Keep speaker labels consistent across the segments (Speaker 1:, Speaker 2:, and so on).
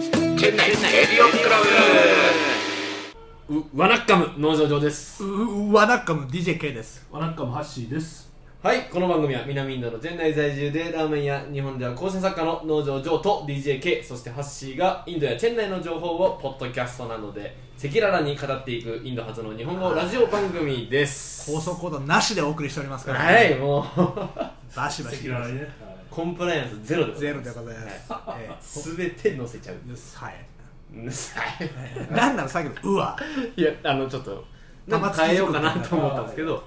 Speaker 1: 内エディオンクラブ
Speaker 2: ワナッカム農場上です
Speaker 3: うわなっかむ DJK です
Speaker 4: ワナッカムハッシーです
Speaker 2: はいこの番組は南インドのチェン内在住でラーメンや日本では構成作家の農場上と DJK そしてハッシーがインドやチェン内の情報をポッドキャストなどで赤裸々に語っていくインド初の日本語ラジオ番組です
Speaker 3: 高速コードなしでお送りしておりますから、
Speaker 2: はいも
Speaker 3: バシバ
Speaker 4: 赤
Speaker 3: シ
Speaker 4: 裸々にね
Speaker 2: う コンプライアンスゼロでござ
Speaker 3: ゼ
Speaker 2: い
Speaker 3: ロ
Speaker 2: ま
Speaker 3: ですございます、ええ
Speaker 2: すべて載せちゃう
Speaker 3: はい
Speaker 2: は
Speaker 3: なんならさっきの「うわ
Speaker 2: いいやあのちょっとなんか変えようかなと思ったんですけど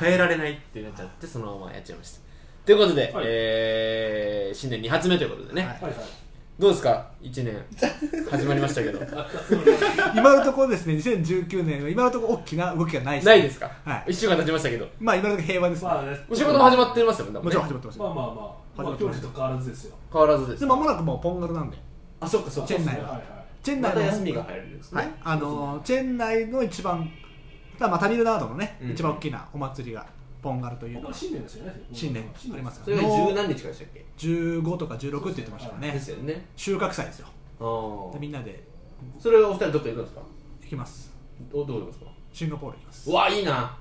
Speaker 2: 変えられないってなっちゃってそのままやっちゃいましたということで、
Speaker 4: はい
Speaker 2: えー新年2発目ということでね、
Speaker 3: はい
Speaker 4: はいはい
Speaker 2: どうですか1年始まりましたけ ど
Speaker 3: 今のところですね2019年は今のところ大きな動きがないです、
Speaker 2: ないですか、
Speaker 3: はい
Speaker 2: 1週間経ちましたけど
Speaker 3: まあ今のところ平和ですね、
Speaker 4: まあね
Speaker 2: お仕事も始まってますよね多分ね
Speaker 3: もちろん始まってます
Speaker 4: ま
Speaker 3: よ
Speaker 4: あまあまあまあ今日と変わらずですよ
Speaker 2: 変わらずです
Speaker 3: でまもなくもうポンガルなんで
Speaker 2: あそっかそっか
Speaker 3: チェン内
Speaker 4: はいはい
Speaker 3: チェン
Speaker 2: ま
Speaker 3: 内の
Speaker 2: た休みが入るんですね、
Speaker 3: はいあのーチェン内の一番まあマタミルナードのね、
Speaker 2: うん
Speaker 3: 一番大きなお祭りがポンガルという
Speaker 4: こ
Speaker 3: の
Speaker 4: こ
Speaker 3: は
Speaker 4: 新年ですよね
Speaker 3: 新年あります
Speaker 2: それが十何日かでしたっけ、
Speaker 3: 15とか16って言ってましたから
Speaker 2: で
Speaker 3: ね
Speaker 2: すよね
Speaker 3: 収穫祭ですよ
Speaker 2: あー
Speaker 3: でみんなで
Speaker 2: それはお二人どっか行くんですか
Speaker 3: 行きます
Speaker 2: どどうですか
Speaker 3: シンガポール行きます
Speaker 2: うわいいな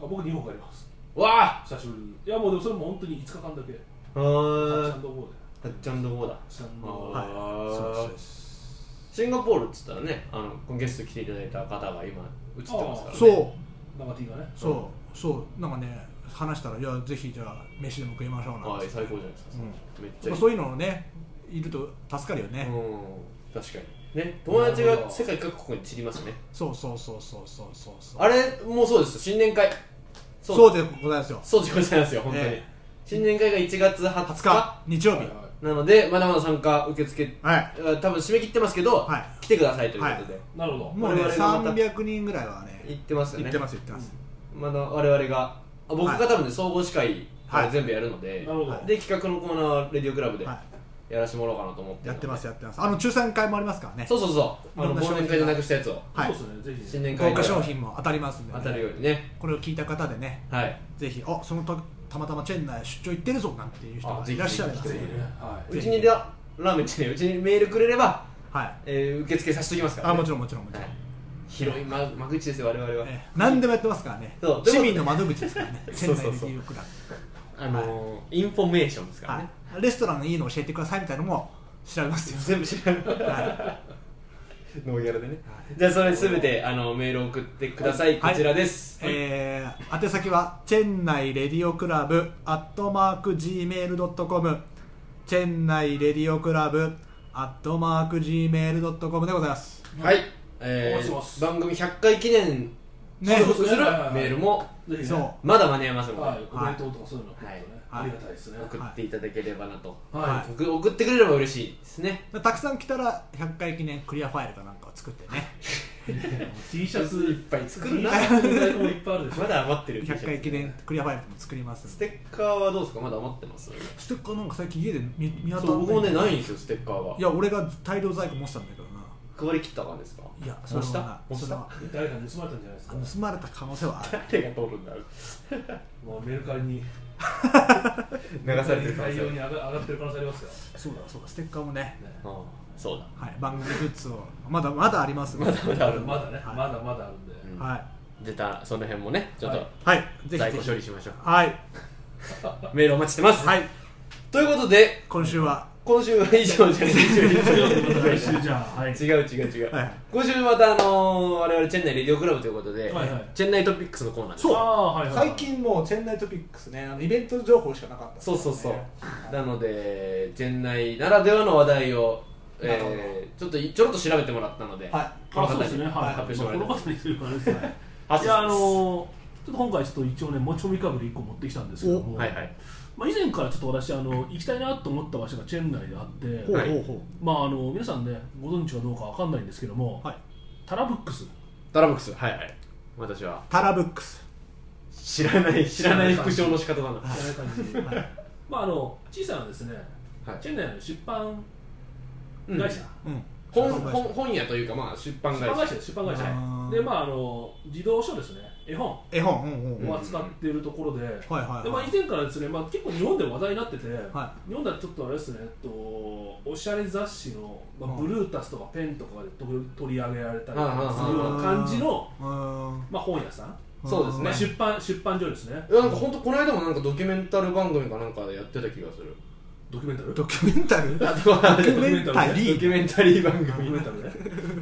Speaker 4: あ僕日本帰ります
Speaker 2: うわ
Speaker 4: 久しぶりにいやもうでもそれも本当に5日間だけ
Speaker 2: あ
Speaker 4: ちゃ
Speaker 2: ー
Speaker 4: んと思うで
Speaker 2: タッチャンドボーだ
Speaker 4: ちゃんと
Speaker 2: あー
Speaker 3: はいそうですそうです
Speaker 2: シンガポールっつったらねあのゲスト来ていただいた方が今映ってますからね
Speaker 3: そう
Speaker 4: 長 T がね
Speaker 3: そうそうなんかね話したら「いやぜひじゃあ飯でも食いましょう」なん
Speaker 2: は
Speaker 3: て
Speaker 2: い最高じゃないですか、めっちゃ
Speaker 3: ま
Speaker 2: い
Speaker 3: あ
Speaker 2: い
Speaker 3: そういうのをねいると助かるよね、
Speaker 2: うん確かにね友達が世界各国に散りますね
Speaker 3: そうそうそうそうそうそうそう
Speaker 2: あれもうそうです新年会そう
Speaker 3: そうでございますよ
Speaker 2: そうでございますよ本当に、
Speaker 3: え
Speaker 2: 新年会が1月20日
Speaker 3: 20日日曜
Speaker 4: はい
Speaker 3: 日
Speaker 4: はい
Speaker 2: なのでまだまだ参加受付
Speaker 3: はい
Speaker 2: あ多分締め切ってますけど、
Speaker 3: はい
Speaker 2: 来てくださいということで、
Speaker 4: なるほ
Speaker 3: もう
Speaker 2: 我
Speaker 3: ね
Speaker 2: 々がまた
Speaker 3: 300人ぐらいはね
Speaker 2: 言ってますよ
Speaker 3: 行
Speaker 2: ね
Speaker 3: ってます行ってます
Speaker 2: まだ我々があ僕が多分ね、総合司会
Speaker 3: はい
Speaker 2: 全部やるので、
Speaker 4: どなるほど
Speaker 2: で企画のコーナーはレディオクラブで
Speaker 3: は
Speaker 2: やらしてもらおうかなと思っ
Speaker 3: い
Speaker 2: て
Speaker 3: やってますすやってますあの抽選会もありますからね
Speaker 2: そうそうそうあ
Speaker 3: い
Speaker 2: の
Speaker 3: ろんな
Speaker 2: 忘年会でなくしたやつを
Speaker 3: はい
Speaker 4: そうですねぜひ
Speaker 2: 新
Speaker 4: ね
Speaker 2: 年会
Speaker 3: 豪
Speaker 2: で
Speaker 3: 華商品も当たりますんで、
Speaker 2: 当
Speaker 3: ね、
Speaker 2: たるようにね
Speaker 3: これを聞いた方でね
Speaker 2: はい
Speaker 3: ぜひあそのとたまたまチェン内出張行ってるぞなんていう人がいらっしゃれば
Speaker 2: あぜひぜ
Speaker 4: ねは
Speaker 2: うちにララーメンじゃないうちにメールくれれば、
Speaker 3: はい
Speaker 2: えー受付させておきますから、
Speaker 3: あ
Speaker 2: ね、
Speaker 3: もちろんもちろんもちろん、
Speaker 2: はい、広い間間口ですよ我々は、
Speaker 3: ええ何でもやってますからね
Speaker 2: そう
Speaker 3: 市民の窓口ですから ねチ
Speaker 2: そ
Speaker 3: ェ
Speaker 2: う
Speaker 3: ン内
Speaker 2: そ
Speaker 3: レ
Speaker 2: う
Speaker 3: デ
Speaker 2: そう
Speaker 3: ィオクラブ
Speaker 2: あのーインフォメーションですからね、
Speaker 3: はい、レストランのいいの教えてくださいみたいなのも調べますよ、
Speaker 2: 全部知らない
Speaker 3: は
Speaker 2: ノーギャラでね、じゃあそれすべてあのメールを送ってください、
Speaker 3: はい
Speaker 2: こちらです、
Speaker 3: いえー、宛先はチェン内レディオクラブアットマーク Gmail.com チェン内レディオクラブアットマーク Gmail.com でございます
Speaker 2: はい、え
Speaker 4: お待ちしてま
Speaker 2: ー、
Speaker 4: す
Speaker 2: 番組100回記念
Speaker 3: ね
Speaker 2: 祝福する
Speaker 4: はいはいはい
Speaker 2: メールも
Speaker 4: いぜひね
Speaker 3: そう
Speaker 2: まだ間に合いますので、
Speaker 4: はいコメントとかそういうの本当
Speaker 2: はい
Speaker 4: ね
Speaker 3: はい
Speaker 4: ありがたいですね
Speaker 2: 送っていただければなと、
Speaker 3: は
Speaker 2: 送送ってくれれば嬉しいですね
Speaker 3: たくさん来たら100回記念クリアファイルかなんかを作っ てね
Speaker 4: T シャツ
Speaker 2: いっぱい作るな
Speaker 4: もいっぱいあるでしょ
Speaker 2: まだ余ってる
Speaker 3: 100回記念クリアファイルも作りますん
Speaker 2: ス
Speaker 3: で
Speaker 2: テッカーはどうですかまだ余ってます
Speaker 3: ステッカーなんか最近家で見見当た
Speaker 2: そう僕もね
Speaker 3: い
Speaker 2: ないんですよステッカーはい
Speaker 3: や俺が大量在庫持ってたんだけどな
Speaker 2: 配り切ったからですか
Speaker 3: いやそれ
Speaker 2: 押し
Speaker 3: は
Speaker 2: た
Speaker 3: な
Speaker 2: 押
Speaker 3: そ
Speaker 2: し
Speaker 3: れ
Speaker 2: た
Speaker 3: は
Speaker 4: 誰か盗まれたんじゃないですか
Speaker 3: 盗まれた可能性は ある
Speaker 2: 誰が通るんだろう
Speaker 4: もうメルカリ
Speaker 2: 流
Speaker 4: に
Speaker 2: されてる可能性
Speaker 4: 大量に上が上がってる可能性ありますよ
Speaker 3: そうだそうだステッカーもね
Speaker 2: ああそうだ
Speaker 3: はい、番組グッズをまだまだありますので、
Speaker 2: まだある
Speaker 4: まだね、
Speaker 3: はい
Speaker 4: まだまだあるんで、
Speaker 2: うん
Speaker 3: は
Speaker 2: 出たその辺もねちょっと
Speaker 3: い、はい、ぜひ
Speaker 2: 在庫
Speaker 3: ぜ
Speaker 2: 処理しましょう
Speaker 3: ひはい、
Speaker 2: メールお待ちしてます
Speaker 3: はい、
Speaker 2: ということで
Speaker 3: 今週は、
Speaker 2: 今週は以上じゃない
Speaker 4: 来週じゃあはい
Speaker 2: 違う違う違う、
Speaker 3: はい
Speaker 2: 今週またあのー、我々チェンナイレディオクラブということで、
Speaker 4: はいはい
Speaker 2: チェンナイトピックスのコーナーです
Speaker 3: そう
Speaker 4: あーはいはいはい
Speaker 3: 近もうチェンナイトピックスね、あのイベント情報しかなかった
Speaker 2: そうそうそう、なのでチェンナイならではの話題を、
Speaker 3: なるほど
Speaker 2: えー、ちょっといちょろっと調べてもらったので、
Speaker 3: は
Speaker 2: この
Speaker 4: あ
Speaker 2: 方
Speaker 4: そう
Speaker 2: に
Speaker 4: ですねはい、
Speaker 2: 発表してもらい
Speaker 4: こ
Speaker 2: たいと
Speaker 4: の方にというかあれですね
Speaker 2: あ
Speaker 4: いやあのー、ちょっと今回ちょっと一応ねもち米かぶり1個持ってきたんですけども、
Speaker 2: はいはい
Speaker 4: まあ、以前からちょっと私あの行きたいなと思った場所がチェン内であって、
Speaker 3: ほう
Speaker 2: はい
Speaker 3: ほうほ
Speaker 4: まああの皆さんねご存知かどうかわかんないんですけども、
Speaker 3: う、はい、
Speaker 4: タラブックス
Speaker 2: ダラブックスはいはい私は
Speaker 3: タラブックス、
Speaker 2: 知らない知らない復唱の仕方だなは
Speaker 4: みたいな感じで、まああの小さなですねチ
Speaker 2: い、
Speaker 4: ェン内の出版
Speaker 2: うん
Speaker 4: 会社、
Speaker 3: うん、
Speaker 2: 本本本屋というかまあ出版会
Speaker 4: 出版
Speaker 2: 社
Speaker 4: 会社です出版会社
Speaker 3: あー
Speaker 4: でまああの児童書ですね絵本
Speaker 3: 絵本うんうんうん
Speaker 4: を扱っているところで、
Speaker 3: はいはい
Speaker 4: でま
Speaker 3: は
Speaker 4: あ、
Speaker 3: い
Speaker 4: 以前からですね、まあ、結構日本で話題になってて、
Speaker 3: は
Speaker 4: 日本ではちょっとあれですね、えっと、おしゃれ雑誌の、まあ、
Speaker 3: うん
Speaker 4: ブルータスとかペンとかで取り取り上げられたり
Speaker 2: うんうんうん
Speaker 4: するような感じの、
Speaker 3: うーん
Speaker 4: まあ、本屋さん、
Speaker 2: そうですね
Speaker 4: まあ、出版出版所ですね、
Speaker 2: なんか本当この間もなんかドキュメンタル番組かなんかでやってた気がする
Speaker 4: ドキュメンタル
Speaker 3: ドキュメンタルド
Speaker 2: あとは
Speaker 3: キュメンタリ
Speaker 2: ドキ
Speaker 3: ー
Speaker 2: ュメンタリー番
Speaker 4: ドキ
Speaker 2: 組
Speaker 4: ュメンタルね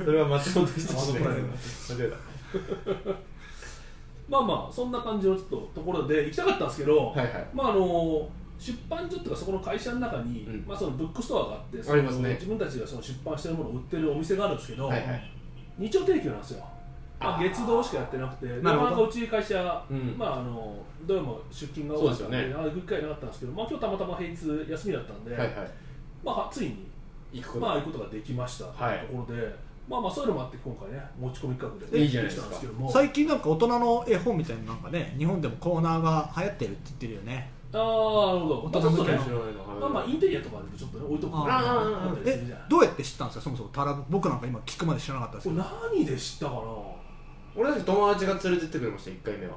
Speaker 2: それは松本人志
Speaker 4: 松本
Speaker 2: 間
Speaker 4: 人
Speaker 2: 違え
Speaker 4: まあまあそんな感じのちょっとところで行きたかったんですけど、
Speaker 2: たはいはい
Speaker 4: まああの出版所っていうかそこの会社の中に、
Speaker 2: うん
Speaker 4: まあ、そのブックストアがあってそ
Speaker 2: あ
Speaker 4: の
Speaker 2: りますね
Speaker 4: 自分たちがその出版してるものを売ってるお店があるんですけど、
Speaker 2: はいはい
Speaker 4: 日曜提供なんですよ、まあ、月堂しかやってなくてで
Speaker 3: なるほど
Speaker 4: まあうち会社、
Speaker 2: うん
Speaker 4: まあ、あのどうも出勤が多かった
Speaker 2: そ
Speaker 4: の
Speaker 2: うです
Speaker 4: で
Speaker 2: よ
Speaker 4: あの行く機会なかったんですけど、まあ、今日たまたま平日休みだったんで、
Speaker 2: はいはい
Speaker 4: まあ、ついに、
Speaker 2: 行くこと
Speaker 4: まあ、行くことができましたと
Speaker 2: はい
Speaker 4: いうところで、まあまあそういうのもあって今回ね持ち込み企画
Speaker 2: い
Speaker 4: で
Speaker 2: いじゃない
Speaker 4: き
Speaker 2: です
Speaker 4: た
Speaker 2: か
Speaker 4: んですけども
Speaker 3: 最近なんか大人の絵本みたいななんかね日本でもコーナーが流行ってるって言ってるよね
Speaker 4: ああなるほど、まあ、ちょっ
Speaker 3: 大人
Speaker 4: とね
Speaker 3: 向け
Speaker 2: 知らないの
Speaker 4: まあまあインテリアとかでもちょっとね置いとくから
Speaker 3: あ
Speaker 2: ー
Speaker 4: あったりする
Speaker 3: え
Speaker 4: じゃん
Speaker 3: どうやって知ったんですかそもそもタラ僕なんか今聞くまで知らなかったです
Speaker 4: こ
Speaker 3: け
Speaker 4: れ
Speaker 3: ど
Speaker 4: 何で知ったかな
Speaker 2: 俺たち友達が連れてってくれました1回目は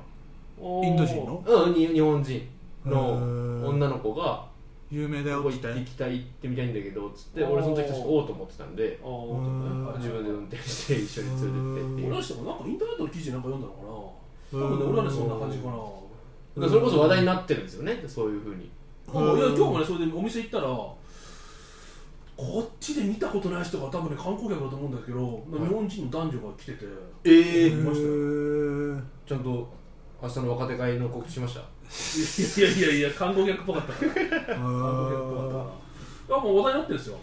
Speaker 3: インド人の
Speaker 2: うんに日本人
Speaker 3: へー
Speaker 2: の女の子が
Speaker 3: 有名だ
Speaker 2: こ
Speaker 3: よ
Speaker 2: こ
Speaker 3: っ
Speaker 2: 行
Speaker 3: て
Speaker 2: って行きたい行ってみたいんだけどっつって
Speaker 4: おー
Speaker 2: 俺その時確かおうと思ってたんで
Speaker 4: あー
Speaker 3: うん
Speaker 2: 自分で運転して一緒に連れてってっていう
Speaker 4: 俺
Speaker 2: だ
Speaker 4: の人もなんかインターネットの記事なんか読んだのかな多分ね俺はねそんな感じかな
Speaker 2: からそれこそ話題になってるんですよねそういうふうに
Speaker 4: あいや今日もねそれでお店行ったらこっちで見たことない人が多分ね観光客だと思うんだけど
Speaker 2: い
Speaker 4: 日本人の男女が来て て
Speaker 2: え
Speaker 4: ーました
Speaker 2: ちゃ
Speaker 4: よ
Speaker 2: んと明日の若手会の告知しました
Speaker 4: いやいやいや観光客っぽかったから観光客っぽかったからいやもう話題になってるんですよ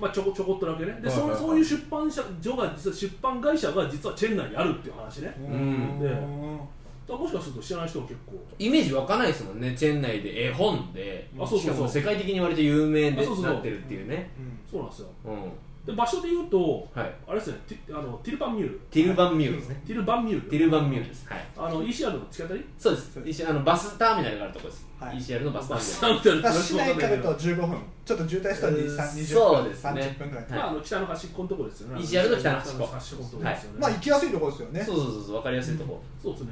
Speaker 4: まあちょこちょこっとだけねでそ
Speaker 2: はいはいは
Speaker 4: の
Speaker 2: い
Speaker 4: そういう出版社所が実は出版会社が実はチェン内にあるっていう話ね
Speaker 2: うん
Speaker 4: でだからもしかすると知らない人も結構
Speaker 2: イメージ湧かないですもんねチェン内で絵本で
Speaker 4: あそうそうそう
Speaker 2: しかも世界的に割と有名で
Speaker 4: あそうそうそう
Speaker 2: なってるっていうね
Speaker 4: そうなんですよ
Speaker 2: うん
Speaker 4: で場所で言うと
Speaker 2: はい
Speaker 4: あれですねティあのティルバンミュール
Speaker 2: ティルバンミュールですね
Speaker 4: ティルバンミュール
Speaker 2: ティルバンミュールですはい
Speaker 4: あの ECR の近くに
Speaker 2: そうです石あのバスターミナルがあるところで
Speaker 5: は
Speaker 2: す、
Speaker 5: い
Speaker 2: ECR のバスターミナル
Speaker 4: ターミナルって
Speaker 5: 市内からだと15分ちょっと渋滞したら2 20
Speaker 2: そう
Speaker 5: 分
Speaker 2: ですね
Speaker 5: 30分ぐらい、
Speaker 2: はい
Speaker 4: まあ、あの北の端っこのところですよね
Speaker 2: ECR の北の端っこ
Speaker 4: 北の端っこのところですよね、
Speaker 5: まあ行きやすいところですよね
Speaker 2: そうそうそうそう分かりやすいとこ、
Speaker 4: そうですね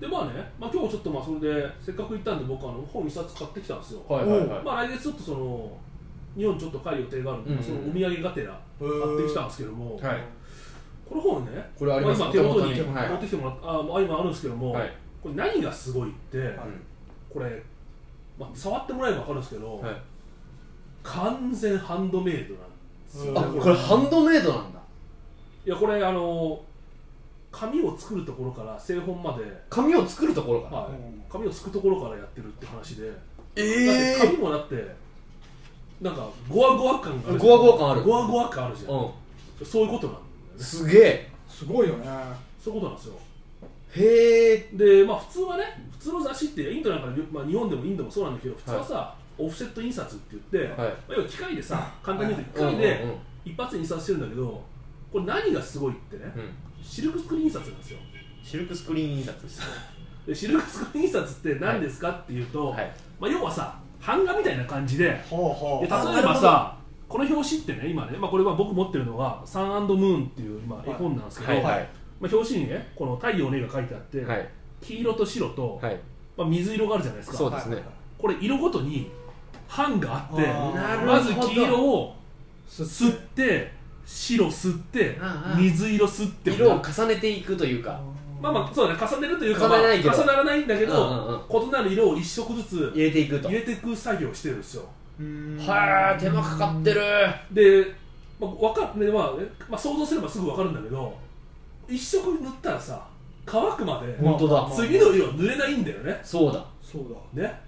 Speaker 4: でまあね、まあ、今日ちょっとまあそれでせっかく行ったんで僕あの本2冊買ってきたんですよ、
Speaker 2: はい
Speaker 5: い
Speaker 2: は
Speaker 5: はいい
Speaker 2: はい、
Speaker 4: まあ来月ちょっとその日本ちょっと帰る予定があるんで、
Speaker 2: うんうん
Speaker 4: そのお土産がてら買ってきたんですけども、
Speaker 2: はい
Speaker 4: この本ね
Speaker 2: これあります
Speaker 4: まあ、今手元に
Speaker 2: 手元にはい
Speaker 4: 持ってきてもらった、ああ今あるんですけども、
Speaker 2: はい
Speaker 4: これ何がすごいって、
Speaker 2: う
Speaker 4: これ、まあ、触ってもらえば分かるんですけど、
Speaker 2: んはい
Speaker 4: 完全ハンドメイドなんですよ、
Speaker 5: うん
Speaker 2: あこれハンドメイドなんだ
Speaker 4: いやこれあの紙を作るところから製本まで、
Speaker 2: 紙を作るところから、
Speaker 4: は
Speaker 5: うん
Speaker 4: い、紙をすくところからやってるって話で、だって
Speaker 2: え
Speaker 4: 紙もだってなんかゴワゴワ感がある
Speaker 2: ゴワゴワ感ある
Speaker 4: ゴワゴワ感あるじゃん、
Speaker 2: う
Speaker 4: そういうことなんだよ
Speaker 2: ん
Speaker 4: ね
Speaker 2: すげえ
Speaker 5: すごいよね
Speaker 4: そういうことなんですよ
Speaker 2: へえ
Speaker 4: でまあ普通はね普通の雑誌ってインドなんかで、まあ、日本でもインドもそうなんだけど普通はさ、オフセット印刷って言って、
Speaker 2: はい
Speaker 4: まあ、要は機械でさ簡単に言うと機
Speaker 2: うんう
Speaker 4: 械
Speaker 2: ん
Speaker 4: で一発で印刷してるんだけどこれ何がすごいってね、
Speaker 2: うん
Speaker 4: シルクスクリーン印刷なんですよ
Speaker 2: シルクスクリーン印刷です
Speaker 4: でシルクスクリーン印刷って何ですかっていうと、
Speaker 2: はい
Speaker 4: まあ、要はさ版画みたいな感じで
Speaker 5: ほうほ
Speaker 4: で
Speaker 5: う
Speaker 4: 例えばさこの表紙ってね今ね、まあ、これは僕持ってるのが「サンムーン」っていう、まあ、絵本なんですけど、
Speaker 2: はいはい
Speaker 4: まあ、表紙にねこの太陽の絵が書いてあって、
Speaker 2: はい
Speaker 4: 黄色と白と、
Speaker 2: はい
Speaker 4: まあ、水色があるじゃないですか
Speaker 2: そうですね
Speaker 4: これ色ごとに版があって
Speaker 5: あ
Speaker 2: ー
Speaker 4: まず黄色を
Speaker 5: す
Speaker 4: 吸って白吸って
Speaker 2: ああ
Speaker 4: 水色吸って
Speaker 2: 色を重ねていくというか
Speaker 4: まあまあそうだね重ねるというか
Speaker 2: 重ねないけど
Speaker 4: まあ重ならないんだけど、
Speaker 2: うんうん
Speaker 4: 異なる色を一色ずつ
Speaker 2: 入れていくと
Speaker 4: 入れていく作業をしてるんですよ
Speaker 2: はあ手間かかってる
Speaker 4: で、まあわかねまあねまあ、想像すればすぐ分かるんだけど一色塗ったらさ乾くまで
Speaker 2: 本当だ
Speaker 4: 次の色は塗れないんだよね
Speaker 2: そうだ
Speaker 5: そうだ
Speaker 4: ね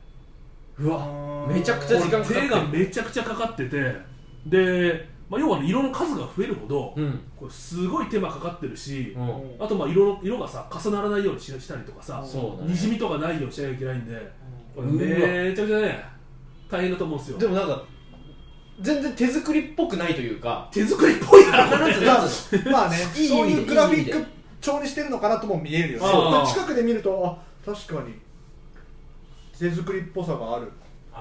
Speaker 2: うわめちゃくちゃ時間かかってる
Speaker 4: 手がめちゃくちゃかかっててで、まあ、要はね、色の数が増えるほど、
Speaker 2: うん
Speaker 4: これすごい手間かかってるし、
Speaker 2: うん
Speaker 4: あとまあ色の色がさ重ならないようにししたりとかさ
Speaker 2: そうだね
Speaker 4: にじみとかないようにしなきゃいけないんでこれ
Speaker 2: うわ
Speaker 4: めちゃくちゃね大変だと思うんですよ
Speaker 2: でもなんか全然手作りっぽくないというか
Speaker 4: 手作りっぽいな
Speaker 2: なんつうのなんつう
Speaker 5: まあね
Speaker 2: いい意味で
Speaker 5: そういうグラフィッ
Speaker 2: いい意味
Speaker 5: ク調にしてるのかなとも見えるよね
Speaker 4: あー
Speaker 5: 近くで見るとあ確かに手作りっぽさがある
Speaker 2: の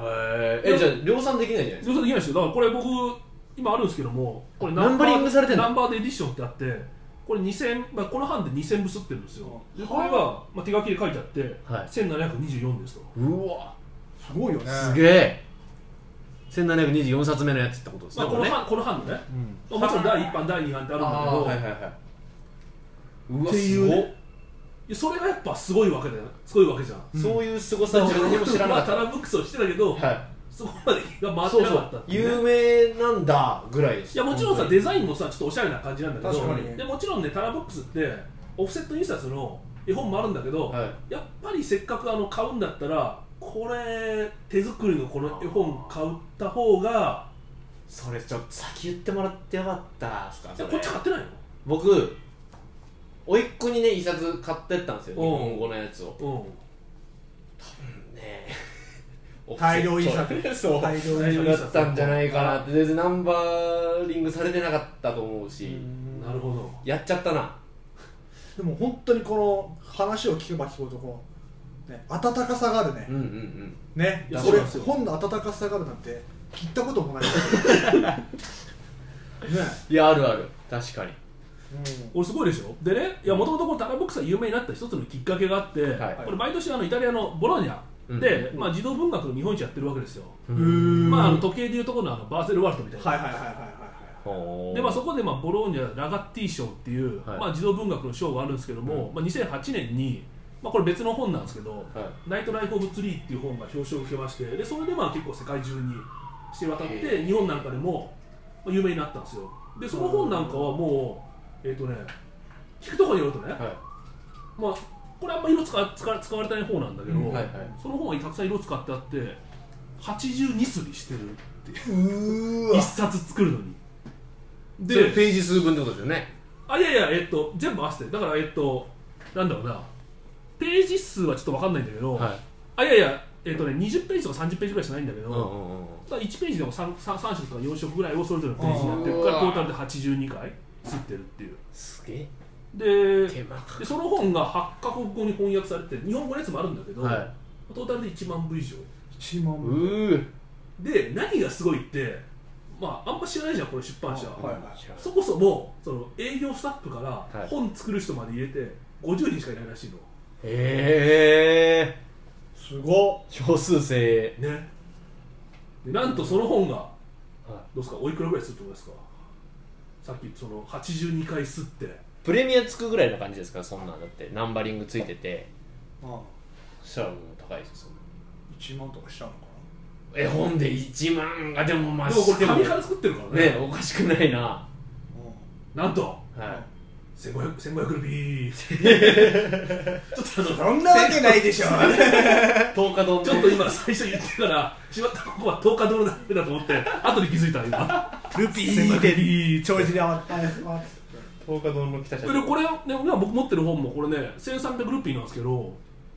Speaker 2: へえじゃあ量産できないじゃないですか
Speaker 4: そういうことできないですよだからこれ僕今あるんですけどもこれ
Speaker 2: ナンバリングされてんの
Speaker 4: ナンバーでエディションってあってこれ2000、まあ、この版で2000部刷ってるんですよでこれが、まあ、手書きで書いてあって、
Speaker 2: はい
Speaker 4: 1724ですと
Speaker 2: うわ
Speaker 5: すごいよね
Speaker 2: すげえ1724冊目のやつってことです
Speaker 4: ま
Speaker 2: ね
Speaker 4: あ、こ
Speaker 2: こ
Speaker 4: の
Speaker 2: れね
Speaker 4: 版この版のね、
Speaker 3: うん
Speaker 4: まあ、もちろん第1版第2版ってあるんだけど、
Speaker 2: はいはいはいう
Speaker 5: っ
Speaker 2: わ
Speaker 5: てい
Speaker 2: す
Speaker 5: う
Speaker 2: ご
Speaker 5: ね
Speaker 2: っ、
Speaker 4: いやそれがやっぱすごいわけだよすごいわけじゃん
Speaker 2: そういう凄さを俺何も知らなかっ
Speaker 4: まあ、タラブックスをしてたけど、
Speaker 2: た、は
Speaker 4: そこまでが回
Speaker 2: い、
Speaker 4: っ
Speaker 2: そ
Speaker 4: て
Speaker 2: う
Speaker 4: な
Speaker 2: そ
Speaker 4: かった
Speaker 2: う
Speaker 4: っていうね
Speaker 2: 有名なんだぐらいです
Speaker 4: いやもちろんさ
Speaker 2: 本当に
Speaker 4: デザインもさちょっとおしゃれな感じなんだけど
Speaker 5: 確かに
Speaker 4: でもちろんねタラボックスってオフセット印刷の絵本もあるんだけど、
Speaker 2: はい
Speaker 4: やっぱりせっかくあの買うんだったらこれ手作りのこの絵本買った方が
Speaker 2: それちょっと先言ってもらってよかったっすか
Speaker 4: いや
Speaker 2: そ
Speaker 4: こ
Speaker 2: れ
Speaker 4: っち買ってないの
Speaker 2: 僕甥っ子にね一冊買ってったんですよ日
Speaker 4: うん
Speaker 2: 本語のやつを
Speaker 4: う
Speaker 2: ね え
Speaker 3: 大量印刷
Speaker 2: そう
Speaker 3: 大量
Speaker 4: 大量
Speaker 2: だったんじゃないかなって全然ナンバーリングされてなかったと思うし
Speaker 4: んなるほど
Speaker 2: やっちゃったな
Speaker 5: でも本当にこの話を聞けば聞くとこう、ね、温かさがあるね
Speaker 2: うんうんうん
Speaker 5: ね
Speaker 4: いや
Speaker 5: こ
Speaker 4: そう
Speaker 5: れ
Speaker 4: なんですよ
Speaker 5: 本の温かさがあるなんて聞いたこと もないね
Speaker 2: いやあるある確かに
Speaker 4: 俺すごいでしょでねいやもともとこのタラボックスが有名になった一つのきっかけがあって、
Speaker 2: はい
Speaker 4: これ毎年あのイタリアのボローニャで、
Speaker 5: うん
Speaker 4: まあ、児童文学の日本一やってるわけですよ、
Speaker 2: う
Speaker 5: うんうん
Speaker 4: まあ、あの
Speaker 5: はい
Speaker 4: 時計でいうところのあのバーセルワルトみたいな、
Speaker 5: はいはいはいはい
Speaker 2: ほー
Speaker 4: でまあ、そこで、まあ、ボローニャラガッティ賞っていう、
Speaker 2: はい
Speaker 4: まあ、児童文学の賞があるんですけども、まあ、2008年に、まあ、これ別の本なんですけど「
Speaker 2: は
Speaker 4: ナイト・ライフ・オブ・ツリー」っていう本が表彰を受けましてでそれでまあ結構世界中に知れ渡っ
Speaker 2: へ
Speaker 4: て日本なんかでもまあ有名になったんですよでその本なんかはもうえっ、とね聞くところによるとね、
Speaker 2: いは
Speaker 4: まあ、これあんま色使わ使わ使われてない方なんだけど、
Speaker 2: いはいはい
Speaker 4: その本はたくさん色使ってあって82すりしてるっていう
Speaker 5: うー
Speaker 4: 一
Speaker 5: わ
Speaker 4: 冊作るのに
Speaker 2: それページ数分ってことですよね
Speaker 4: あいやいや、えっと、全部合わせて、だから、えっと、なんだろうな、ページ数はちょっと分かんないんだけど、
Speaker 2: はい
Speaker 4: あいやいや、えっとね、20ページとか30ページぐらいしかないんだけど、
Speaker 2: うんうんうん
Speaker 4: だから1ページでも 3, 3, 色とか4色ぐらいをそれぞれのページになってるから、
Speaker 2: あー
Speaker 4: トータルで82回吸ってるっていう。
Speaker 2: すげえ
Speaker 4: で
Speaker 2: 手間か
Speaker 4: でその本が8カ国語に翻訳されて日本語のやつもあるんだけど、
Speaker 2: は
Speaker 4: トータルで1万部以上
Speaker 5: 一
Speaker 2: い
Speaker 5: 万
Speaker 2: う
Speaker 5: 部
Speaker 2: ー
Speaker 4: で何がすごいってまああんま知らないじゃんこれ出版社
Speaker 5: はいはい
Speaker 4: そもそもその営業スタッフか
Speaker 2: は
Speaker 4: ら
Speaker 2: い
Speaker 4: 本作る人まで入れて50人しかいないらしいの、
Speaker 2: へえ
Speaker 5: すご
Speaker 2: 少数精鋭
Speaker 4: ねでなんとその本が、
Speaker 2: い
Speaker 4: どうですかおいくらぐらいすると思いますかさっきその82回すって
Speaker 2: プレミアつくぐらいの感じですからそんなんだってナンバリングついてて
Speaker 5: あ
Speaker 2: シャラも高いですよ
Speaker 5: 1万とかしちゃうのか
Speaker 2: 絵本で1万がでもまあ
Speaker 4: でもこ
Speaker 2: して
Speaker 4: れ
Speaker 2: も
Speaker 4: 紙から作ってるからね
Speaker 2: ねおかしくないな
Speaker 4: なんと
Speaker 2: は
Speaker 4: 1500 1500ルピー ちょっとあ
Speaker 5: なそ
Speaker 4: の
Speaker 5: んなわけないでしょ
Speaker 2: い10日丼
Speaker 4: ちょっと今最初言ってからしまったここは10日ドルだめだと思って後で気づいた今
Speaker 5: ルピ
Speaker 4: 1500ル
Speaker 5: ーで
Speaker 4: ピー
Speaker 5: 長寿で慌て
Speaker 2: 10日丼の来た
Speaker 4: でこれ、ね、今僕持ってる本もこれね1300ルピーなんですけど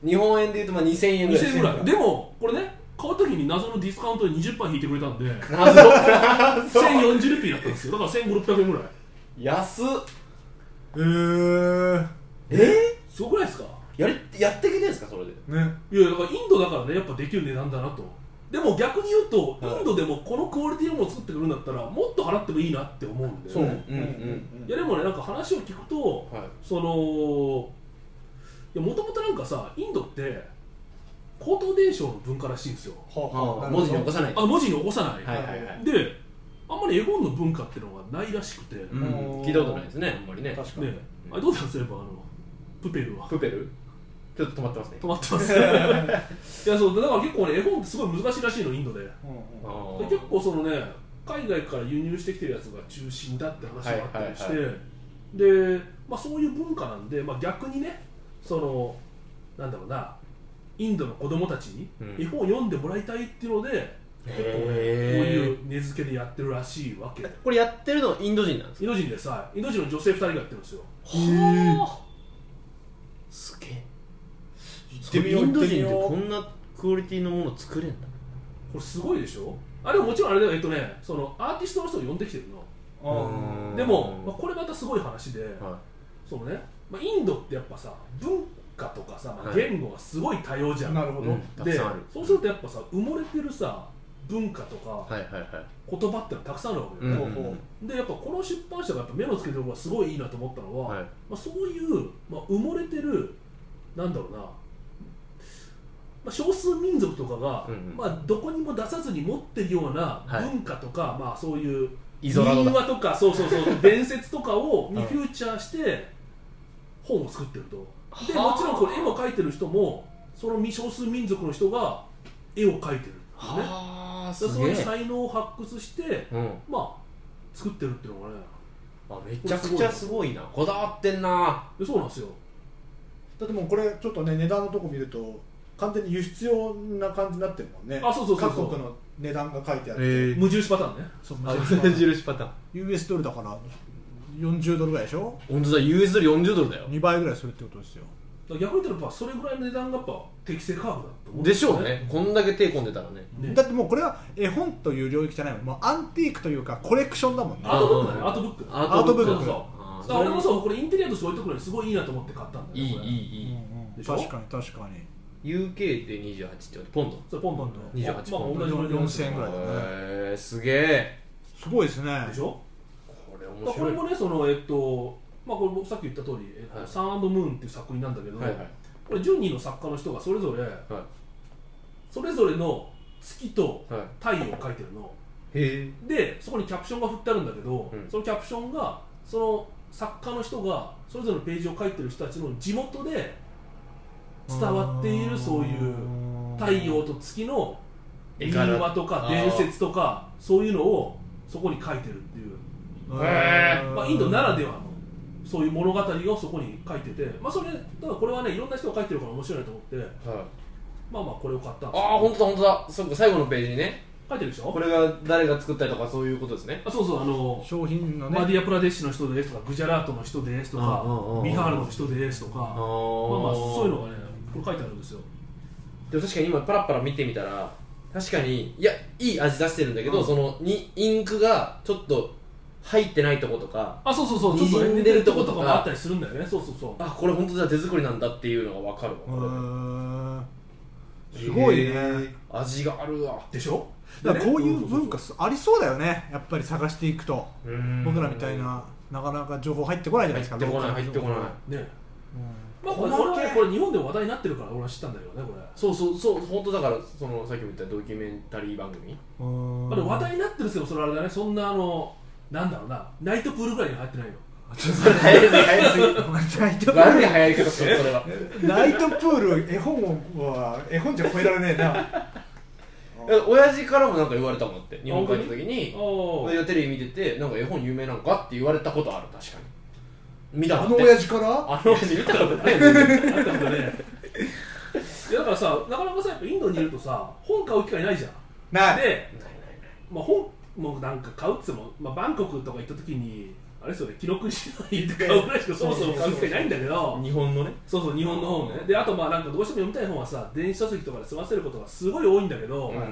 Speaker 2: 日本円で言うとまあ2000円ぐらい
Speaker 4: 2000円ぐらいでもこれね買う時に謎のディスカウントで20%引いてくれた んで
Speaker 2: 謎
Speaker 4: 1040ルピーだったんですよだから15600円ぐらい
Speaker 2: 安っ
Speaker 5: えー
Speaker 2: え
Speaker 4: すごくないですか
Speaker 2: やれやっていけないですかそれで
Speaker 5: ね
Speaker 4: いやだからインドだからねやっぱできる値段だなとでも逆に言うと、
Speaker 2: はい
Speaker 4: インドでもこのクオリティのものを作ってくるんだったらもっと払ってもいいなって思うんで、
Speaker 2: そううん
Speaker 4: ね、
Speaker 2: うん
Speaker 4: いやでもねなんか話を聞くと
Speaker 2: はい
Speaker 4: そのいやもともとなんかさインドって口頭伝承の文化らしいんですよ
Speaker 5: は
Speaker 2: ああ文字に起こ
Speaker 5: す
Speaker 2: さない
Speaker 4: あ文字に起こさない、
Speaker 2: はいはいはい
Speaker 4: であんまり絵本の文化っていうのがないらしくて、
Speaker 2: う
Speaker 4: ね
Speaker 2: ん聞いたことないですねあんまりね
Speaker 5: 確かに
Speaker 4: えあれどうなんすればあのプペルは
Speaker 2: プペルちょっと 止まってますね
Speaker 4: 止まってますいやそうだから結構ね絵本ってすごい難しいらしいのインドでで
Speaker 5: うんうん
Speaker 2: あー
Speaker 4: 結構そのね海外から輸入してきてるやつが中心だって話もあったりして、
Speaker 2: はいは
Speaker 4: で、まあ、そういう文化なんで、まあ、逆にねそのなんだろうなインドの子供たちに
Speaker 2: うん
Speaker 4: 絵本を読んでもらいたいっていうので、結構ねこう
Speaker 2: へー
Speaker 4: いう根付けでやってるらしいわけ
Speaker 2: これやってるのはインド人なんです
Speaker 4: インド人でさインド人の女性2人がやってるんですよ
Speaker 2: かはあすげえ
Speaker 5: 行ってみよう
Speaker 2: イ
Speaker 5: 行
Speaker 2: ン
Speaker 5: って
Speaker 2: ド
Speaker 5: み
Speaker 2: 人って
Speaker 5: よ
Speaker 2: こ
Speaker 5: うん
Speaker 2: なクオリティのもの作れんだ
Speaker 4: これすごいでしょあれももちろんあれだよえっとねそのアーティストの人を呼んできてるの
Speaker 5: うん
Speaker 4: でも、まあ、これまたすごい話で、
Speaker 2: は
Speaker 4: そのね、まあ、インドってやっぱさ文化とかさ、まあ
Speaker 2: はい
Speaker 4: 言語がすごい多様じゃん、
Speaker 5: なるほど
Speaker 2: うんたく
Speaker 4: で
Speaker 2: さんある
Speaker 4: そうするとやっぱさ埋もれてるさ文化とか
Speaker 2: はいはいはい
Speaker 4: 言葉ってのはたくさんあるわけ
Speaker 2: う
Speaker 4: よ、
Speaker 2: ん
Speaker 5: ほうほ
Speaker 4: でやっぱこの出版社がやっぱ目のつけてるのがすごいいいなと思ったのは、
Speaker 2: はい
Speaker 4: まあ、そういう、まあ、埋もれてるなんだろうな、まあ、少数民族とかが、
Speaker 2: うんうん
Speaker 4: まあ、どこにも出さずに持ってるような
Speaker 2: はい
Speaker 4: 文化とか、まあ、そういう
Speaker 2: イゾラドだ
Speaker 4: 民話とかそうそう そう伝説とかを
Speaker 2: う
Speaker 4: に
Speaker 2: ん
Speaker 4: フューチャーして本を作ってるとで
Speaker 2: はあ
Speaker 4: もちろんこれ絵も描いてる人もその少数民族の人が絵を描いてるっていうね
Speaker 2: はあ
Speaker 4: だから
Speaker 2: す
Speaker 4: そう
Speaker 2: げ
Speaker 4: いう
Speaker 2: え
Speaker 4: 才能を発掘して
Speaker 2: うん
Speaker 4: まあ作ってるっていうのがね
Speaker 2: あめちゃくちゃすごいなこだわってんな
Speaker 4: でそうなんですよ
Speaker 5: だってもうこれちょっとね値段のとこ見ると完全に輸出用な感じになってるもんね
Speaker 4: あそうそうそうそう
Speaker 5: 各国の値段が書いてある、
Speaker 2: え
Speaker 4: 無印パターンね
Speaker 5: そう
Speaker 2: あ
Speaker 5: 無印版
Speaker 2: 印パターン
Speaker 5: US ドルだから40ドルぐらいでしょ
Speaker 2: 本当だ US ドル40ドルだよ
Speaker 5: 2倍ぐらいするってことですよ
Speaker 4: だから逆に言ったらやっぱそれぐらいの値段がやっぱ適正価格だと思うん
Speaker 2: ですし
Speaker 4: よ
Speaker 2: ょうねこんだけ手込んでたらね
Speaker 4: ね
Speaker 5: だってもうこれは絵本という領域じゃないもんもうアンティークというかコレクションだもんね
Speaker 4: アートブックだね
Speaker 2: うん
Speaker 4: アートブック
Speaker 2: アートブック
Speaker 4: そうそう
Speaker 2: あー
Speaker 4: だから俺もそうこれインテリアとして置いとくのにすごいいいなと思って買ったんだ
Speaker 2: い
Speaker 4: よ
Speaker 2: いい
Speaker 4: ねこれ
Speaker 2: いいい
Speaker 5: うんうん
Speaker 4: でしょ
Speaker 5: 確かに確かに
Speaker 2: UK って28ってことポンド
Speaker 4: そうポンポンと
Speaker 2: 28
Speaker 4: まあ
Speaker 2: ポン
Speaker 4: 同じぐらいの
Speaker 5: 4000ぐらいだね
Speaker 2: へえすげえ
Speaker 5: すごいですね
Speaker 4: でしょ
Speaker 2: これ
Speaker 4: だ
Speaker 2: 面
Speaker 4: からこ
Speaker 2: 白
Speaker 4: れ
Speaker 2: い
Speaker 4: もねそのえっとまあこれ僕さっき言った通り、えっと
Speaker 2: はい
Speaker 4: サンムーンっていう作品なんだけど、
Speaker 2: はいはい
Speaker 4: これ12の作家の人がそれぞれ、それぞれの月と
Speaker 2: は
Speaker 4: 太陽を描いてるの
Speaker 2: いへえ
Speaker 4: でそこにキャプションが振ってあるんだけど、
Speaker 2: うん
Speaker 4: そのキャプションがその作家の人がそれぞれのページを書いてる人たちの地元で伝わっているそういう太陽と月の
Speaker 2: 絵
Speaker 4: 民
Speaker 2: 柄
Speaker 4: 話とか
Speaker 2: あー
Speaker 4: 伝説とかそういうのをそこに書いてるっていう、
Speaker 2: へ
Speaker 5: ー
Speaker 4: まあ、インドならではのそういう物語をそこに書いてて、まあ、それだからこれはねいろんな人が書いてるから面白いなと思って
Speaker 2: はい
Speaker 4: まあまあこれを買ったんですよ
Speaker 2: ああ本当だ本当だそっか最後のページにね
Speaker 4: 書いてるでしょ
Speaker 2: これが誰が作ったりとかそういうことですね
Speaker 4: あそうそうあの
Speaker 5: 商品のね
Speaker 4: マディアプラデシュの人ですとかグジャラートの人ですと
Speaker 2: うんうんうんう
Speaker 4: か
Speaker 2: ん
Speaker 4: ビハールの人ですと
Speaker 2: あ
Speaker 4: かまあ
Speaker 2: ー
Speaker 4: まあそういうのがねこれ書いてあるんですよ
Speaker 2: でも確かに今パラッパラ見てみたら確かにいやいい味出してるんだけど、
Speaker 4: うん
Speaker 2: そのにインクがちょっと入ってないとことか
Speaker 4: あそうそうそうちょっと
Speaker 2: 滲ん
Speaker 4: ね
Speaker 2: でる
Speaker 4: る
Speaker 2: と
Speaker 4: と
Speaker 2: こ
Speaker 4: ことと
Speaker 2: か
Speaker 4: かもあったりするんだよねそうそうそう
Speaker 2: あこれ本当だ手作りなんだっていうのが分かるわ
Speaker 5: う
Speaker 2: これ
Speaker 5: ーんすごいね、
Speaker 2: へー味があるわ
Speaker 4: でしょ
Speaker 5: だからこういう文化
Speaker 4: そう
Speaker 5: ありそうだよねやっぱり探していくと僕らみたいななかなか情報入ってこないじゃな
Speaker 2: 入
Speaker 5: い
Speaker 2: っ
Speaker 5: ですか
Speaker 2: てこない入ってこない
Speaker 4: そうそうね
Speaker 5: うん
Speaker 4: まあこれこれはねこれ日本でも話題になってるから俺は知ったんだけどねこれ
Speaker 2: そうそうそう本当だからそのさっきも言ったドキュメンタリー番組
Speaker 5: うん
Speaker 4: まあでも話題になってるんですよそれあれだねそんなあのなんだろうなナイトプールぐらいには入ってないよ
Speaker 2: 早い早すぎ
Speaker 5: ナイトプ
Speaker 2: 悪い
Speaker 5: ー
Speaker 2: 早いけどそれ は
Speaker 5: ルナイトプール絵本は絵本じゃ超えられねえな
Speaker 2: え親父からもなんか言われたもんだって日本帰った時に
Speaker 4: お
Speaker 2: 親父がテレビ見ててなんか絵本有名なんかって言われたことある確かに見た
Speaker 5: あ
Speaker 2: んだ
Speaker 5: の
Speaker 2: って
Speaker 5: 親父から
Speaker 2: あの親父見たことないんだけど
Speaker 4: なんだろうねいやだからさなかなかさやっぱインドにいるとさ本買う機会ないじゃん
Speaker 5: ない
Speaker 4: でまあ、本もなんか買うっつっても、まあ、バンコクとか行った時にあれですよね記録しないで買うぐらいしかそもそも買う機会ないんだけど
Speaker 2: 日本のね
Speaker 4: そうそう日本の本ねであとまあなんかどうしても読みたい本はさ電子書籍とかで済ませることがすごい多いんだけど、
Speaker 2: う
Speaker 4: い
Speaker 2: ん
Speaker 4: や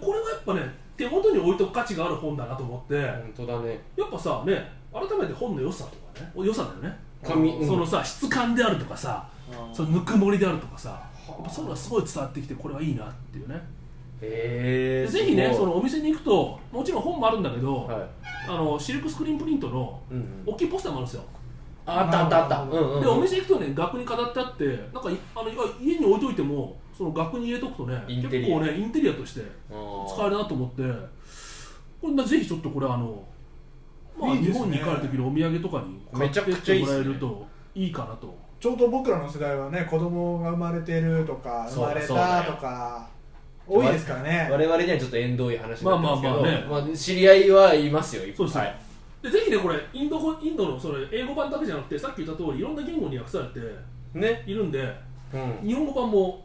Speaker 4: これはやっぱね手元に置いとく価値がある本だなと思って、や
Speaker 2: 本当だね
Speaker 4: っぱさね改めて本の良さとかね良さだよね
Speaker 2: 紙うん
Speaker 4: そのさ質感であるとかさ
Speaker 5: うん
Speaker 4: そのぬくもりであるとかさやっぱそういうのがすごい伝わってきてこれはいいなっていうね
Speaker 2: へ
Speaker 4: で
Speaker 2: え
Speaker 4: ぜひねそのお店に行くともちろん本もあるんだけど、
Speaker 2: はい
Speaker 4: あのシルクスクリーンプリントの
Speaker 2: うんうん
Speaker 4: 大きいポスターもあるんですよ、
Speaker 2: あったあったあった
Speaker 5: なるほ
Speaker 2: うん
Speaker 5: ど
Speaker 2: うんうん
Speaker 4: でお店行くとね額に飾ってあってなんかいあのい家に置いといてもその額に入れとくとね
Speaker 2: イン
Speaker 4: 結
Speaker 2: テリア
Speaker 4: 構ねインテリアとして
Speaker 2: あ
Speaker 4: 使え
Speaker 2: ー
Speaker 4: るなと思ってこれぜひちょっとこれあの、まあ
Speaker 5: いいですね
Speaker 4: 日本に行かれた時のお土産とかに買
Speaker 2: め
Speaker 4: っ
Speaker 2: ち
Speaker 4: て
Speaker 2: ゃくちゃ
Speaker 4: っ
Speaker 2: いいっ
Speaker 4: ても
Speaker 2: す
Speaker 4: ら
Speaker 2: ね
Speaker 4: えるといいかなと
Speaker 5: ちょうど僕らの世代はね子供が生まれてるとか
Speaker 2: そ
Speaker 5: 生
Speaker 2: う
Speaker 5: まれたとか
Speaker 2: そうだよ
Speaker 5: 多いですからね
Speaker 2: 我々にはちょっと縁遠い話になってますけど、
Speaker 4: まあまあ
Speaker 2: ま
Speaker 4: ま
Speaker 2: あ知り合いはいますよいっ
Speaker 4: そうです
Speaker 2: ぱ
Speaker 4: ね
Speaker 2: い
Speaker 4: でぜひねこれインド語インドのそれ英語版だけじゃなくてさっき言った通りいろんな言語に訳されて
Speaker 2: ね、
Speaker 4: いるんで
Speaker 2: うん、
Speaker 4: 日本語版も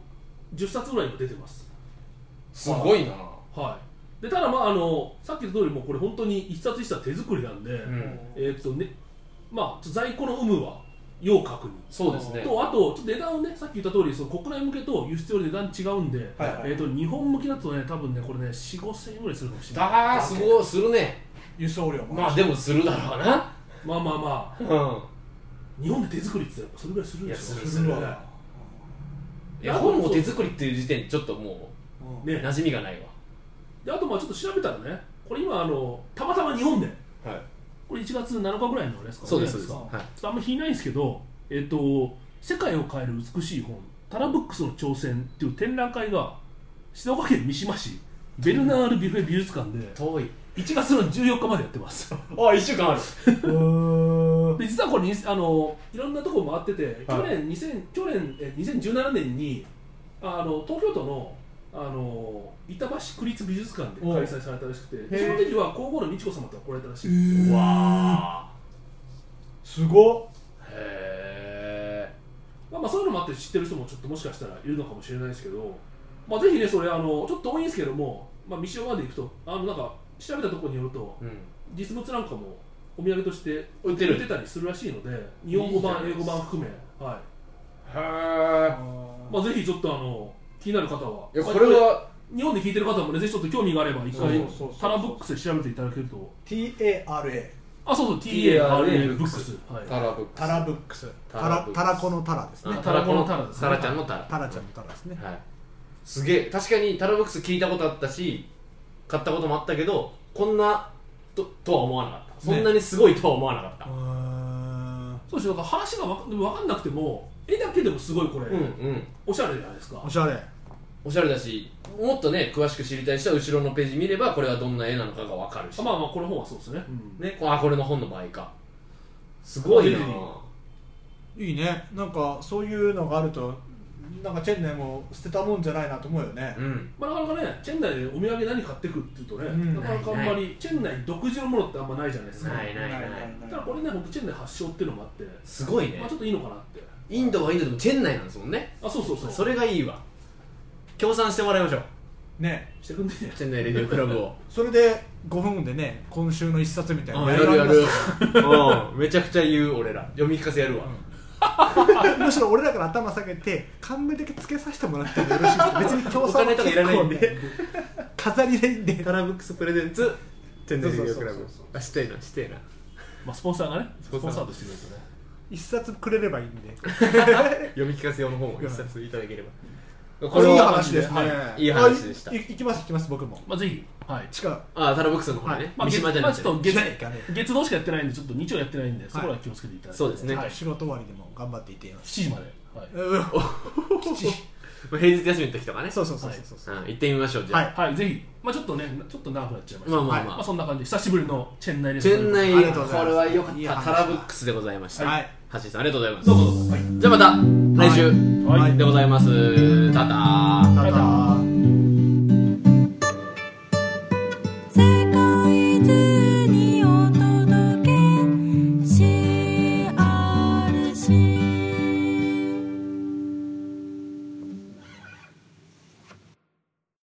Speaker 4: 10冊ぐらい今出てます
Speaker 2: すごいな、
Speaker 4: はい、でただ、まああの、さっきの通りもうこれ本当に一冊一冊手作りなんで、
Speaker 2: うん、
Speaker 4: えーっとねまあ、ちょっと在庫の有無は要確認。
Speaker 2: そうですね
Speaker 4: とあと、ちょっと値段をね、さっき言った通り、その国内向けと輸出より値段違うんで、
Speaker 5: はいはい
Speaker 4: えーっと日本向けだとね、多分ね、これね、4、5千円ぐらいするかもしれない。
Speaker 2: だーすごいするね
Speaker 5: 輸送量も、
Speaker 2: まあでもするだろうな
Speaker 4: まあまあまあ、
Speaker 2: う
Speaker 4: 日本で手作りって言ったら、それぐらいするでしょ。
Speaker 2: いやする
Speaker 5: する
Speaker 4: ね
Speaker 5: わ、
Speaker 2: ん絵本も手作りっていう時点でちょっとも
Speaker 5: うん
Speaker 2: う
Speaker 4: ね
Speaker 2: 馴染みがないわ
Speaker 4: であとまあちょっと調べたらねこれ今あのたまたま日本で
Speaker 2: はい
Speaker 4: これ1月7日ぐらいのあれですか、ね、
Speaker 2: そうですそうです
Speaker 4: ちょ
Speaker 2: はい
Speaker 4: っとあんま引いないんですけどえっ、と「世界を変える美しい本タラブックスの挑戦」っていう展覧会が静岡県三島市ベルナール・ビュフェ美術館で
Speaker 2: 遠い
Speaker 4: 1月の14日までやってます
Speaker 2: あ一週間ある
Speaker 5: うん
Speaker 4: で実はこれにあのいろんなとこ回ってて去年2000去年え2017年にあの東京都のあの板橋区立美術館で開催されたらしくて
Speaker 5: へ
Speaker 4: そ
Speaker 5: え
Speaker 4: の時は皇后の美智子様と来られたらしい、
Speaker 5: う
Speaker 2: わ
Speaker 5: すごっ
Speaker 2: ーへ
Speaker 4: まあ、まあそういうのもあって知ってる人もちょっともしかしたらいるのかもしれないですけど、まあ、ぜひねそれあのちょっと多いんですけども、まあ、三島まで行くとあのなんか調べたところによると
Speaker 2: え、うん、
Speaker 4: 実物なんかもお土産として
Speaker 2: 売ってる
Speaker 4: たりするらしいので日本語版
Speaker 2: いいじゃないで
Speaker 4: 英
Speaker 2: す
Speaker 4: 語
Speaker 2: か
Speaker 4: 版含め、はい
Speaker 2: へ
Speaker 4: まあ、ぜひちょっとあの気になる方は
Speaker 2: えいやこれは
Speaker 4: 日本で聞いてる方もねぜひちょっと興味があれば一
Speaker 5: そう
Speaker 4: 回
Speaker 5: そうそうそう
Speaker 4: タラブックスで調べていただけると
Speaker 5: TARA
Speaker 4: あそうそう
Speaker 2: TARA
Speaker 4: TARA ブックスはい
Speaker 2: タラブックス
Speaker 3: タラブックス
Speaker 2: タラ
Speaker 3: タラ
Speaker 2: ブックス
Speaker 3: タラコのタラですね
Speaker 2: うん
Speaker 4: タラコのタラですね
Speaker 2: タラちゃんのタラ
Speaker 3: タラちゃんのタラですね
Speaker 2: はいすげえ確かにタラブックス聞いたことあったし買ったこともあったけどこんなととは思わなかったそんなにすごいとは思わなかった、
Speaker 3: うーん
Speaker 4: そうですねだから話がわか分かんなくても絵だけでもすごいこれ、
Speaker 2: うんうん
Speaker 4: おしゃれじゃないですか
Speaker 3: おしゃれ
Speaker 2: おしゃれだしもっとね詳しく知りたい人は後ろのページ見ればこれはどんな絵なのかが分かるし、
Speaker 4: あまあまあこの本はそうですね、
Speaker 2: ね、こあこれの本の場合かすごいな
Speaker 4: ぜ
Speaker 3: いいね
Speaker 5: なんかそういうのがあるとなんかチェンネルも捨てたもんじゃないなと思うよね
Speaker 2: うん
Speaker 4: まあ、なかなかねチェン内でお土産何買ってくっていうとね、
Speaker 5: うん
Speaker 4: なかなかあんまりチェン内独自のものってあんまないじゃないですか
Speaker 2: ないないない
Speaker 5: ないない
Speaker 4: ただこれね僕チェン内発祥っていうのもあって、
Speaker 2: すごいね
Speaker 4: まあ、ちょっといいのかなって
Speaker 2: インドはインドでもチェン内なんですもんね
Speaker 4: あそうそうそう
Speaker 2: それがいいわ協賛してもらいましょう
Speaker 5: ね
Speaker 4: してくんね
Speaker 2: チェン内レディオクラブを
Speaker 3: それで5分でね今週の一冊みたいな
Speaker 2: うん
Speaker 3: の
Speaker 2: やるや
Speaker 3: ります
Speaker 2: る
Speaker 3: よ
Speaker 2: うんめちゃくちゃ言う俺ら読み聞かせやるわ、
Speaker 3: むしろ俺らから頭下げて冠だけつけさせてもらってもよろしいですか別に競争
Speaker 2: お金とかいらないんで
Speaker 3: 結構ね飾りでいいんで
Speaker 2: タラブックスプレゼンツチェンナイレディオクラ
Speaker 5: そ
Speaker 2: ブ
Speaker 5: うそうそう
Speaker 2: あしてえなしてえな
Speaker 4: まあ、スポンサーがね
Speaker 2: ス
Speaker 4: ス
Speaker 2: ポ
Speaker 4: ポ
Speaker 2: ン
Speaker 4: ン
Speaker 2: サー
Speaker 4: サーとしてくれるとね
Speaker 3: 一冊くれればいいんで
Speaker 2: 読み聞かせ用の本を一冊いただければ
Speaker 3: これいい話ですね、
Speaker 2: いい話でした
Speaker 3: あいい行きます行きます僕も
Speaker 4: まあぜひはい
Speaker 3: 近く
Speaker 2: あタラブックスの方
Speaker 3: は
Speaker 2: ね
Speaker 3: い
Speaker 4: まあ、
Speaker 2: 三島じゃなく
Speaker 4: 月まあちょってと月
Speaker 3: じゃないかね
Speaker 4: 月堂しかやってないんでちょっと日曜やってないんで、そこらは気をつけていただいて
Speaker 2: そうですね
Speaker 4: はい、
Speaker 3: 仕事終わりでも頑張っていっています
Speaker 4: 7時まで、はい
Speaker 3: うん吉
Speaker 2: まあ平日休みの時とかね
Speaker 3: そうそうそうそうそう、
Speaker 2: うん行ってみましょうじゃ
Speaker 3: は
Speaker 2: あ
Speaker 3: い
Speaker 4: はい、ぜひ、まあ、ちょっとねちょっと長くなっちゃいました
Speaker 2: まあまあまあ
Speaker 4: はいまあ、そんな感じで久しぶりのチェン内です
Speaker 2: チェンナイ
Speaker 3: ありがとうございます
Speaker 2: これはよかっ
Speaker 3: いい
Speaker 2: た
Speaker 3: 話
Speaker 2: タラブックスでございました
Speaker 3: はい
Speaker 2: 橋井さんありがとうございます
Speaker 4: どうぞどうぞはい
Speaker 2: じゃあまた来週
Speaker 3: はい
Speaker 2: でございますただ
Speaker 3: ただ